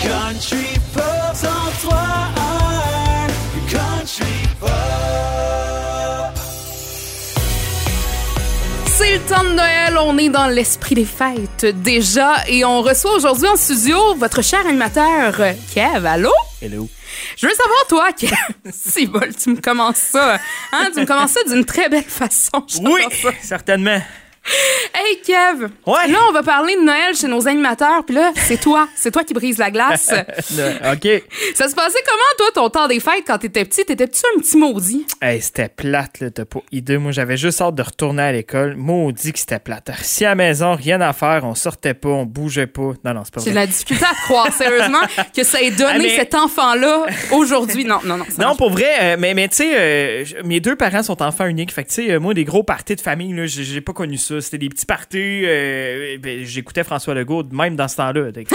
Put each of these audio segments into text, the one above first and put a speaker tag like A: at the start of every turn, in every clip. A: Country Pop 103 Country Pop
B: C'est le temps de Noël, on est dans l'esprit des fêtes déjà et on reçoit aujourd'hui en studio votre cher animateur euh, Kev. Allô?
C: Hello.
B: Je veux savoir, toi, Kev, si vol, tu me commences ça. Hein, tu me commences ça d'une très belle façon. j'adore
C: Oui,
B: ça.
C: certainement.
B: Hey Kev!
C: Ouais.
B: Là, on va parler de Noël chez nos animateurs, puis là, c'est toi. C'est toi qui brise la glace.
C: OK.
B: ça se passait comment, toi, ton temps des fêtes quand t'étais petit? T'étais-tu un petit maudit?
C: Hey, c'était plate, là, t'as pas idée. Moi, j'avais juste hâte de retourner à l'école. Maudit que c'était plate. Si à la maison, rien à faire, on sortait pas, on bougeait pas. Non, non, c'est pas
B: J'ai de
C: vrai.
B: la difficulté à te croire, sérieusement, que ça ait donné
C: Ah, mais-
B: cet enfant-là aujourd'hui. Non, non, non. ça
C: Non,
B: marche
C: pour vrai, euh, mais, mais tu sais, euh, j- mes deux parents sont enfants uniques. Fait que, tu sais, euh, moi, des gros parties de famille, là, j'ai- j'ai pas connu ça. C'était des petits parties. euh, ben, J'écoutais François Legault, même dans ce temps-là. Fait que-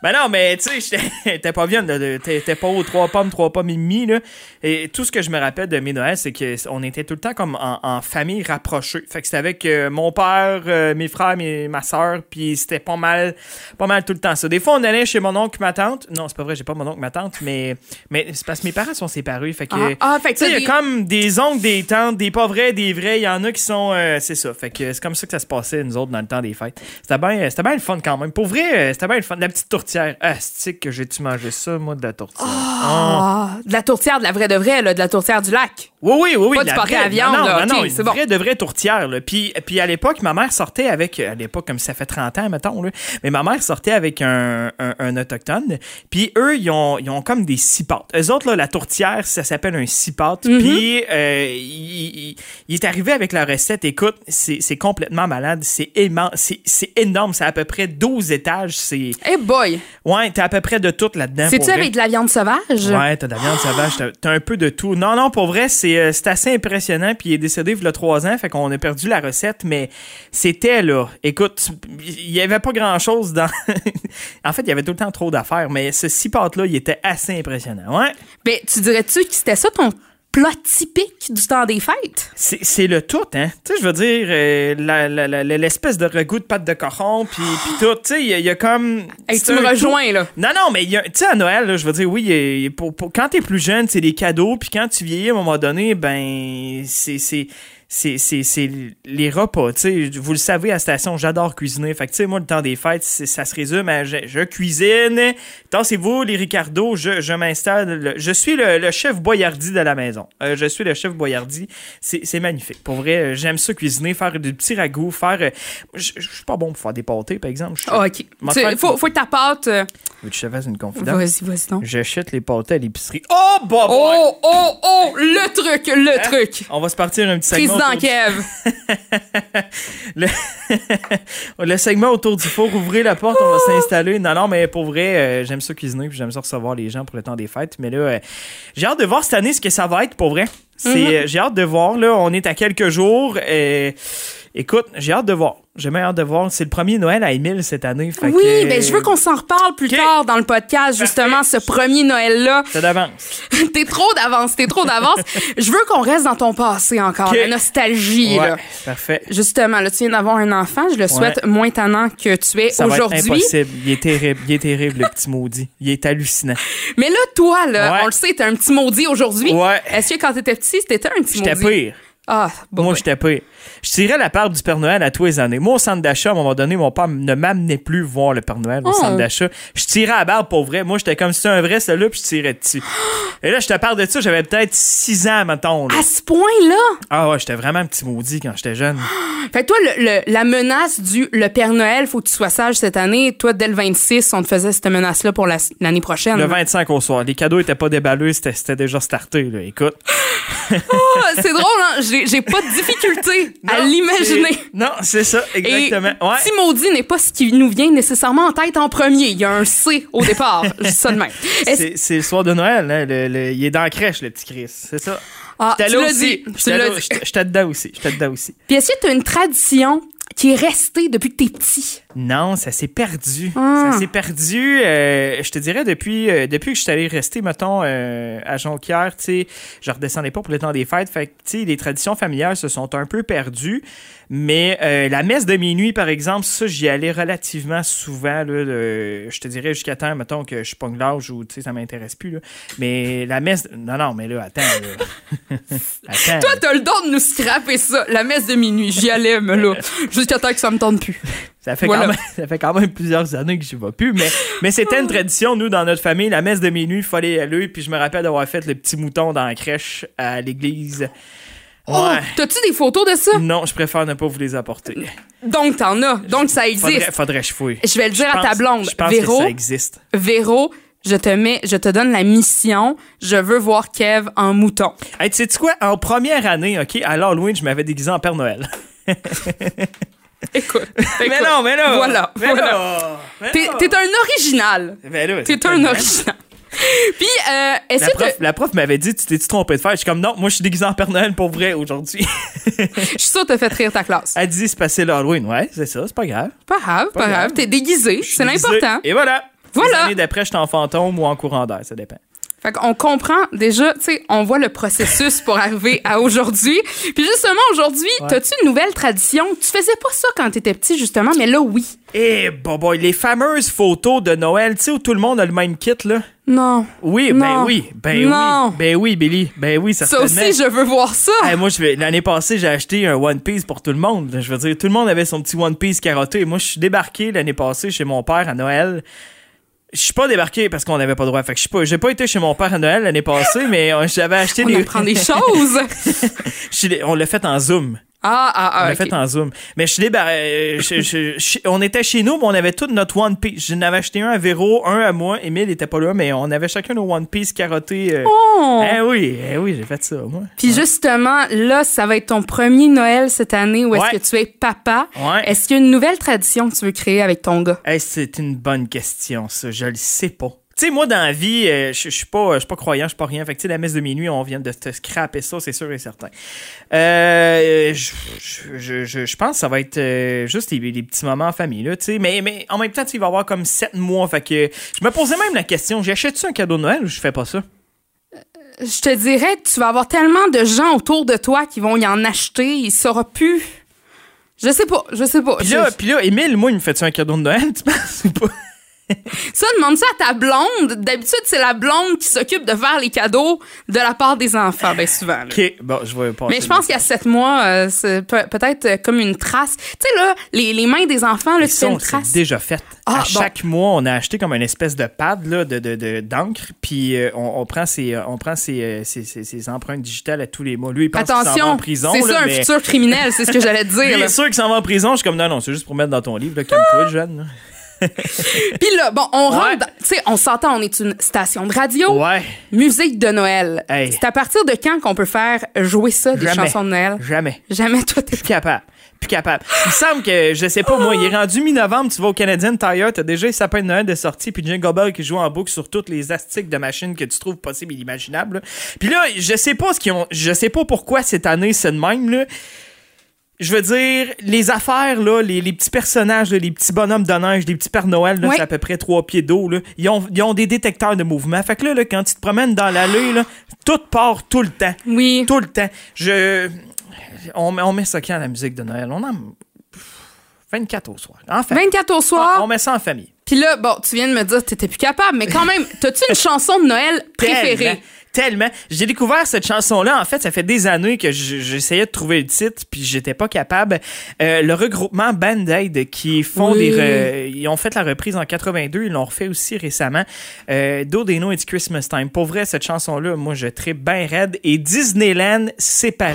C: Ben non, mais tu sais, j'étais- t'es pas viande, là, de- t'es t'es pas aux trois pommes, trois pommes et demi, là. Et tout ce que je me rappelle de mes Noëls, c'est que c- on était tout le temps comme en, en famille rapprochée. Fait que c'était avec euh, mon père, euh, mes frères, mes- ma soeur, puis c'était pas mal, pas mal tout le temps ça. Des fois, on allait chez mon oncle, ma tante. Non, c'est pas vrai, j'ai pas mon oncle, ma tante, mais, mais c'est parce que mes parents sont séparés. Fait que,
B: Ah, ah, fait que
C: tu sais,
B: t'as
C: il y a comme des oncles, des tantes, des pas vrais, des vrais. Il y en a qui sont, euh, c'est ça. Fait que c'est comme ça que ça se passait, nous autres, dans le temps des fêtes. C'était bien, c'était bien le fun quand même. Pour vrai, euh, c'était bien le fun. La petite tourtière. Astique que j'ai-tu mangé ça, moi, de la tourtière? Ah.
B: Ah, de la tourtière, de la vraie de vraie, là, de la tourtière du lac.
C: Oui, oui, oui, oui.
B: Pas
C: de
B: du
C: la
B: pâté
C: vraie.
B: à viande,
C: Non, non,
B: là.
C: non,
B: OK,
C: une
B: c'est bon.
C: vraie de vraie tourtière. Là. Puis, puis à l'époque, ma mère sortait avec, euh, à l'époque, comme ça fait 30 ans, mettons, là, mais ma mère sortait avec un, un, un autochtone. Puis eux, ils ont, ils ont comme des six pâtes. Eux autres, là, la tourtière, ça s'appelle un six pâtes.
B: Mm-hmm.
C: Puis euh, il, il- il est arrivé avec la recette. Écoute, c'est c'est complètement malade. C'est immense. C'est- C'est énorme. C'est à peu près 12 étages. C'est.
B: Eh boy!
C: Ouais, t'as à peu près de tout là-dedans. pour
B: C'est-tu
C: vrai.
B: avec de la viande sauvage?
C: Ouais, t'as de la viande sauvage, t'as- t'as un peu de tout. Non, non, pour vrai, c'est euh, c'est assez impressionnant. Puis il est décédé il y a trois ans, fait qu'on a perdu la recette, mais c'était là. Écoute, tu- il y avait pas grand-chose dans. en fait, il y avait tout le temps trop d'affaires, mais ce six pâtes-là, il était assez impressionnant. Ouais.
B: Ben, tu dirais-tu que c'était ça ton plat typique du temps des fêtes?
C: C'est c'est le tout, hein? Tu sais, je veux dire, euh, la- la- la- l'espèce de regoût de pâte de cochon, puis puis tout. Tu sais, il y, a- il y a comme.
B: Hey,
C: c'est
B: tu me
C: un tout.
B: rejoins, là.
C: Non, non, mais il y a- tu sais, à Noël, là, je veux dire, oui, il y a- pour, pour- quand t'es plus jeune, c'est des cadeaux, puis quand tu vieillis, à un moment donné, ben, c'est. c'est- c'est- C'est c'est les repas, tu sais. Vous le savez, à la station, j'adore cuisiner. Fait que, tu sais, moi, le temps des fêtes, c'est- ça se résume à je, je cuisine, tassez-vous, les Ricardo, je, je m'installe. le- Je suis le, le chef boyardi de la maison. Euh, je suis le chef boyardi. C'est c'est magnifique. Pour vrai, euh, j'aime ça cuisiner, faire des petits ragoûts, faire. euh, Je je suis pas bon pour faire des pâtés, par exemple. Je suis-
B: Ah, OK.
C: Ma
B: Tu-
C: fête-
B: faut, faut que ta pâte. euh,
C: Veux-tu que je te fasse une confidence?
B: Vas-y, vas-y, non.
C: Je chute les pâtés à l'épicerie. Oh, bah,
B: Hein? Oh, oh, oh, le truc, le truc.
C: On va se partir un petit
B: Président
C: segment. autour du-
B: Kev.
C: Le segment autour du four, ouvrez la porte, on va
B: Oh!
C: s'installer. Non, non, mais pour vrai, euh, j'aime ça cuisiner, puis j'aime ça recevoir les gens pour le temps des fêtes. Mais là, euh, j'ai hâte de voir cette année ce que ça va être, pour vrai. C'est,
B: Mm-hmm.
C: euh, j'ai hâte de voir, là, on est à quelques jours. euh, écoute, j'ai hâte de voir. J'ai même hâte de voir. C'est le premier Noël à Émile cette année. fait
B: Oui,
C: que-
B: ben je veux qu'on s'en reparle plus
C: OK.
B: tard dans le podcast, justement, ce premier Noël-là.
C: C'est d'avance.
B: t'es trop d'avance, t'es trop d'avance. je veux qu'on reste dans ton passé encore,
C: OK.
B: la nostalgie,
C: Ouais,
B: là.
C: parfait.
B: Justement, là, tu viens d'avoir un enfant, je le souhaite moins tannant que tu es
C: Ça va être
B: aujourd'hui.
C: impossible. Il est terrible, il est terrible, le petit maudit. Il est hallucinant.
B: Mais là, toi, là,
C: Ouais.
B: on le sait, t'es un petit maudit aujourd'hui.
C: Ouais.
B: Est-ce que quand t'étais petit, t'étais un petit
C: J'étais
B: maudit?
C: pire.
B: Ah, bon.
C: Moi,
B: ben.
C: j'étais pire. Je tirais la part du Père Noël à tous les années. Moi, au centre d'achat, à un moment donné, mon père ne m'amenait plus voir le Père Noël au
B: Oh.
C: centre d'achat. Je tirais à la barbe pour vrai. Moi, j'étais comme si c'était un vrai, celui-là, puis je tirais dessus. Et là, je te parle de ça, j'avais peut-être 6 ans, mettons. là.
B: À ce point-là,
C: Ah ouais, j'étais vraiment un petit maudit quand j'étais jeune.
B: fait que toi, le- le- la menace du le Père Noël, faut que tu sois sage cette année. Toi, dès le 26, on te faisait cette menace-là pour la- l'année prochaine.
C: Le 25 au soir. Les cadeaux étaient pas déballés, c'était c'était déjà starté, là. Écoute.
B: Ah, c'est drôle, hein? J'ai j'ai pas de difficulté à
C: Non,
B: l'imaginer.
C: c'est- Non, c'est ça, exactement.
B: Et
C: ouais.
B: petit maudit n'est pas ce qui nous vient nécessairement en tête en premier. Il y a un C au départ. Je dis ça de même. Est-ce-
C: C'est c'est le soir de Noël, hein, le- le- il est dans la crèche, le petit Chris. C'est ça.
B: Ah,
C: J'étais
B: tu
C: là
B: l'as
C: aussi.
B: dit, tu
C: J'étais
B: l'as
C: là-
B: dit.
C: j'étais- J'étais dedans aussi. J'étais dedans aussi.
B: Puis est-ce que t'as une tradition qui est restée depuis que t'es petit?
C: Non, ça s'est perdu.
B: Ah.
C: Ça s'est perdu, euh, je te dirais, depuis, euh, depuis que je suis allé rester, mettons, euh, à Jonquière, tu sais, je redescendais pas pour le temps des fêtes. Fait que, tu sais, les traditions familiales se sont un peu perdues. Mais euh, la messe de minuit, par exemple, ça, j'y allais relativement souvent. Là, de- je te dirais jusqu'à temps, mettons, que je pogne l'âge ou tu sais, ça m'intéresse plus. Là. Mais la messe. Non, non, mais là, attends. là. attends.
B: Toi, t'as le don de nous scraper ça. La messe de minuit, j'y allais, me là. Jusqu'à temps que ça me tente plus.
C: Ça fait,
B: Voilà.
C: quand même, ça fait quand même plusieurs années que je vais plus, mais, mais c'était une tradition, nous, dans notre famille. La messe de minuit, il fallait y aller. Puis je me rappelle d'avoir fait le petit mouton dans la crèche à l'église.
B: Oh,
C: Ouais.
B: t'as-tu des photos de ça?
C: Non, je préfère ne pas vous les apporter.
B: Donc, t'en as. Donc, ça existe.
C: Faudrait, faudrait que je fouille.
B: Je vais le dire à ta
C: pense-
B: blonde.
C: Je pense
B: Véro,
C: que ça existe.
B: Véro, je te mets, je te donne la mission. Je veux voir Kev en mouton.
C: Hey, tu sais quoi? En première année, OK, à l'Halloween, je m'avais déguisé en Père Noël.
B: Écoute.
C: Mais
B: écoute.
C: non, mais non!
B: Voilà,
C: Mais
B: voilà.
C: non, mais
B: T'es
C: non.
B: t'es un original.
C: Mais là,
B: T'es un
C: tellement-
B: original. Puis, euh,
C: La
B: essaie
C: prof,
B: de.
C: la prof m'avait dit, tu t'es-tu trompé de faire? Je suis comme, non, moi, je suis déguisé en Père Noël pour vrai aujourd'hui.
B: Je suis sûre que t'as fait rire ta classe.
C: Elle dit, c'est passé l'Halloween. Ouais, c'est ça, c'est pas grave.
B: Pas grave, pas,
C: pas
B: grave.
C: grave.
B: T'es déguisé.
C: Je suis
B: C'est
C: déguisé.
B: l'important.
C: Et voilà.
B: Voilà.
C: Les années d'après, j'étais en fantôme ou en courant d'air, ça dépend.
B: Fait qu'on comprend déjà, tu sais, on voit le processus pour arriver à aujourd'hui. Puis justement, aujourd'hui, t'as-tu une nouvelle tradition? Tu faisais pas ça quand t'étais petit, justement, mais là, oui.
C: Et bon, Eh, boy, les fameuses photos de Noël, tu sais, où tout le monde a le même kit, là.
B: Non.
C: Oui,
B: Non.
C: ben oui, ben
B: Non.
C: oui. Ben Ah, oui, Billy. Ben oui, ça
B: Ça aussi, je veux voir ça.
C: moi, je vais- l'année passée, j'ai acheté un One Piece pour tout le monde. là. Je veux dire, tout le monde avait son petit One Piece carotté. Moi, je suis débarqué l'année passée chez mon père à Noël. Je suis pas débarqué parce qu'on n'avait pas droit. Fait que je suis pas, j'ai pas été chez mon père à Noël l'année passée, mais euh, j'avais acheté
B: On
C: des.
B: apprend des choses.
C: Je suis- On l'a fait en Zoom.
B: Ah, ah,
C: On
B: ah.
C: l'a
B: ok.
C: fait en Zoom. Mais je suis débar- euh, je- je- je- on était chez nous, mais on avait tout notre One Piece. J'en avais acheté un à Véro, un à moi. Émile était pas là, mais on avait chacun nos One Piece carottés. euh.
B: Oh!
C: Eh oui, eh oui, j'ai fait ça, moi.
B: Puis justement, là, ça va être ton premier Noël cette année où est-ce
C: Ouais.
B: que tu es papa.
C: Ouais.
B: Est-ce qu'il y a une nouvelle tradition que tu veux créer avec ton gars?
C: Eh, c'est une bonne question, ça. Je le sais pas. Tu sais, moi, dans la vie, euh, je je suis pas, je suis pas croyant, je suis pas rien. Fait que, tu sais, la messe de minuit, on vient de te scraper ça, c'est sûr et certain. Euh, je- je je- je- je pense que ça va être euh, juste des, des petits moments en famille, là, tu sais. Mais, mais en même temps, tu sais, il va y avoir comme sept mois. Fait que je me posais même la question, j'achète-tu un cadeau de Noël ou je fais pas ça?
B: Je te dirais, tu vas avoir tellement de gens autour de toi qui vont y en acheter, il saura plus. Je sais pas, je sais pas.
C: Puis là,
B: Je-
C: puis là Émile, moi, il me fait-tu un cadeau de Noël? Tu penses ou pas?
B: Ça, demande ça à ta blonde. D'habitude, c'est la blonde qui s'occupe de faire les cadeaux de la part des enfants, bien souvent. là.
C: OK, bon, je vais pas.
B: Mais je pense qu'il y a sept mois, euh, c'est pe- peut-être euh, comme une trace. Tu sais, là, les, les mains des enfants, là, tu fais
C: Ça,
B: une
C: on s'est
B: trace.
C: déjà fait.
B: Ah,
C: à
B: bon.
C: chaque mois, on a acheté comme une espèce de pad là, de, de, de- d'encre, puis euh, on, on prend, ses, euh, on prend ses, euh, ses- ses- ses empreintes digitales à tous les mois. Lui, il pense qu'il s'en va en
B: Attention,
C: prison.
B: c'est
C: là,
B: ça un
C: mais
B: futur criminel, c'est ce que j'allais te
C: lui,
B: dire.
C: il
B: là.
C: est sûr qu'il s'en va en prison. Je suis comme, non, non, c'est juste pour mettre dans ton livre. Là, calme-toi,
B: Ah,
C: le jeune. là.
B: Puis là, bon, on
C: Ouais.
B: rentre, dans- tu sais, on s'entend, on est une station de radio,
C: Ouais,
B: musique de Noël.
C: Hey.
B: C'est à partir de quand qu'on peut faire jouer ça, des
C: Jamais.
B: chansons de Noël?
C: jamais.
B: Jamais, toi, t'es...
C: Plus capable. Plus capable. Il me semble que, je sais pas, moi, il est rendu mi-novembre, tu vas au Canadian Tire, t'as déjà les sapins de Noël de sortie, puis Jingle Bell qui joue en boucle sur toutes les astiques de machines que tu trouves possibles et imaginables. là. Puis là, je sais pas ce qu'ils ont, je sais pas pourquoi cette année c'est de même, là. Je veux dire, les affaires, là, les, les petits personnages, là, les petits bonhommes de neige, les petits Pères Noël, là,
B: Ouais.
C: c'est à peu près trois pieds d'eau, là. Ils ont, ils ont des détecteurs de mouvement. Fait que là, là, quand tu te promènes dans l'allée, là, tout part tout le temps.
B: Oui.
C: Tout le temps. Je... On, met- on met ça quand la musique de Noël? On en... 24 au soir. En famille.
B: 24 au soir,
C: Ah, On met ça en famille.
B: puis là, bon, tu viens de me dire que t'étais plus capable, mais quand même, t'as-tu une chanson de Noël préférée?
C: Tellement. tellement. J'ai découvert cette chanson-là. En fait, ça fait des années que je- j'essayais de trouver le titre, puis j'étais pas capable. Euh, le regroupement Band-Aid qui font
B: Oui.
C: des. re- Ils ont fait la reprise en 82, ils l'ont refait aussi récemment. Euh, Do They Know It's Christmas Time. Pour vrai, cette chanson-là, moi, je tripe bien raide. Et Disneyland séparé.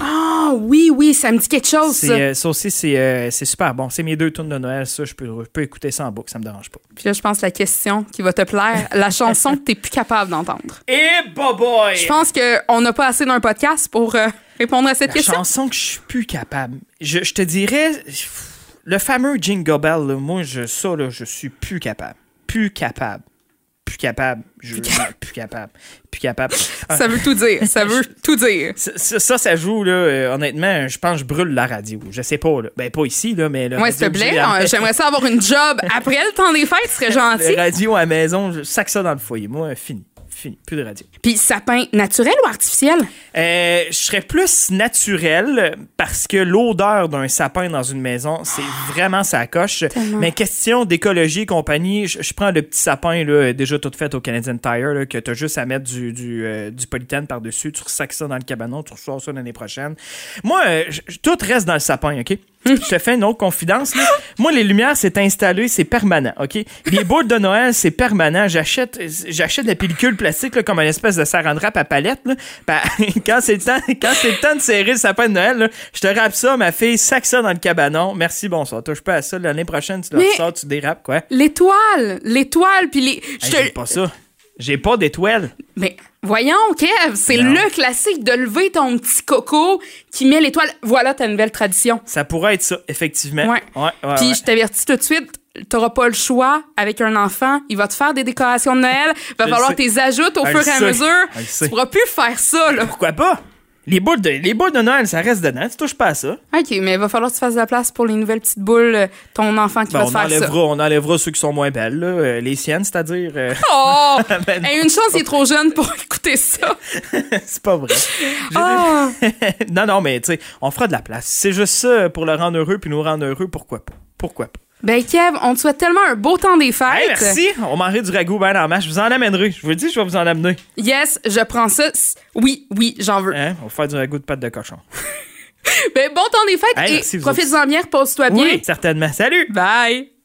B: Ah oui, oui, ça me dit quelque chose,
C: C'est,
B: ça.
C: euh, ça aussi, c'est, euh, c'est super bon. C'est mes deux tunes de Noël, ça, je peux, je peux écouter ça en boucle, ça me dérange pas.
B: Puis là, je pense la question qui va te plaire, la chanson que t'es plus capable d'entendre.
C: Et boboy!
B: Je pense qu'on n'a pas assez d'un podcast pour euh, répondre à cette
C: La
B: question.
C: chanson que je suis plus capable. Je, je te dirais, le fameux Jingle Bell, là, moi, je, ça, là, je suis plus capable. Plus capable. plus capable. Je, non, plus capable. Plus capable. Ah,
B: Ça veut tout dire. Ça veut tout dire.
C: ça, ça, ça, ça joue, là, euh, honnêtement, je pense que je brûle la radio. Je sais pas, là. Ben, pas ici, là, mais... là,
B: Moi,
C: radio
B: s'il te
C: obligée
B: plaît,
C: à-
B: euh, j'aimerais ça avoir une job après le temps des fêtes, ce serait
C: La
B: gentil.
C: radio à la maison, je sac ça dans le foyer. Moi, fini. Fini. Plus de radio.
B: Puis sapin naturel ou artificiel?
C: Euh, je serais plus naturel parce que l'odeur d'un sapin dans une maison, c'est vraiment sa coche. Mais question d'écologie et compagnie, je, je prends le petit sapin là, déjà tout fait au Canadian Tire là, que tu as juste à mettre du, du, euh, du polythène par-dessus, tu ressacs ça dans le cabanon, tu ressors ça l'année prochaine. Moi, euh, je- je- tout reste dans le sapin, OK? Je te fais une autre confidence. là. Moi, les lumières, c'est installé, c'est permanent, OK? Les boules de Noël, c'est permanent. J'achète j'achète de la pellicule plastique là, comme une espèce de saran wrap à palette. là. Pa- quand c'est le, temps- quand c'est le temps de serrer le sapin de Noël, là, je te rappe ça, ma fille, sac ça dans le cabanon. Merci, bonsoir. Touche pas à ça. L'année prochaine, tu le
B: Mais-
C: ressors, tu dérapes, quoi.
B: L'étoile, l'étoile, puis les. je
C: Hey,
B: te-
C: J'aime pas ça. J'ai pas d'étoile.
B: Mais voyons, Kev, c'est
C: Non.
B: le classique de lever ton petit coco qui met l'étoile. Voilà ta nouvelle tradition.
C: Ça pourrait être ça, effectivement.
B: Ouais.
C: ouais, ouais,
B: Puis
C: ouais.
B: je t'avertis tout de suite, t'auras pas le choix avec un enfant. Il va te faire des décorations de Noël. Va
C: Je
B: falloir
C: le sais.
B: tes ajoutes au
C: Je
B: fur
C: le
B: et à
C: sais.
B: mesure.
C: Je le
B: Tu
C: sais.
B: pourras plus faire ça, là.
C: Pourquoi pas? Les boules, de, les boules de Noël, ça reste dedans. Tu touches pas à ça.
B: OK, mais il va falloir que tu fasses de la place pour les nouvelles petites boules, euh, ton enfant qui
C: Ben,
B: va
C: on,
B: te faire
C: enlèvera,
B: ça.
C: on enlèvera ceux qui sont moins belles, là. Euh, les siennes, c'est-à-dire. euh,
B: Oh!
C: Ben,
B: Hey, une chance, il est trop jeune pour écouter ça.
C: c'est pas vrai. J'ai-
B: Ah!
C: non, non, mais tu sais, on fera de la place. C'est juste ça pour le rendre heureux puis nous rendre heureux. Pourquoi pas? Pourquoi pas?
B: Ben, Kev, on te souhaite tellement un beau temps des fêtes.
C: Hey, merci! On mangerait du ragoût ben en masse. Je vous en amènerai. Je vous le dis, je vais vous en amener.
B: Yes, je prends ça. S- Oui, oui, j'en veux.
C: Hein? On va faire du ragoût de pâte de cochon.
B: Ben, bon temps des fêtes
C: Hein? Hey,
B: et
C: merci, vous
B: profites-en bien, repose-toi bien.
C: Oui, certainement. Salut!
B: Bye!